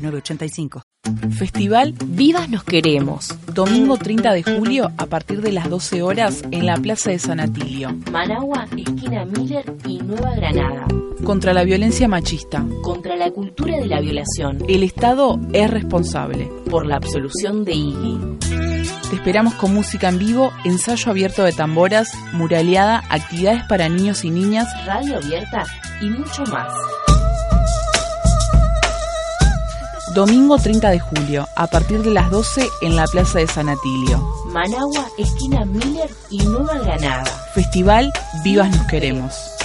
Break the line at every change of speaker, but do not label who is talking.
985.
Festival Vivas Nos Queremos. Domingo 30 de julio a partir de las 12 horas en la Plaza de San Atilio.
Managua, esquina Miller y Nueva Granada.
Contra la violencia machista.
Contra la cultura de la violación.
El Estado es responsable.
Por la absolución de Iggy.
Te esperamos con música en vivo, ensayo abierto de tamboras, muraleada, actividades para niños y niñas,
radio abierta y mucho más.
Domingo 30 de julio, a partir de las 12 en la Plaza de San Atilio.
Managua, esquina Miller y Nueva Granada.
Festival Vivas Nos Queremos.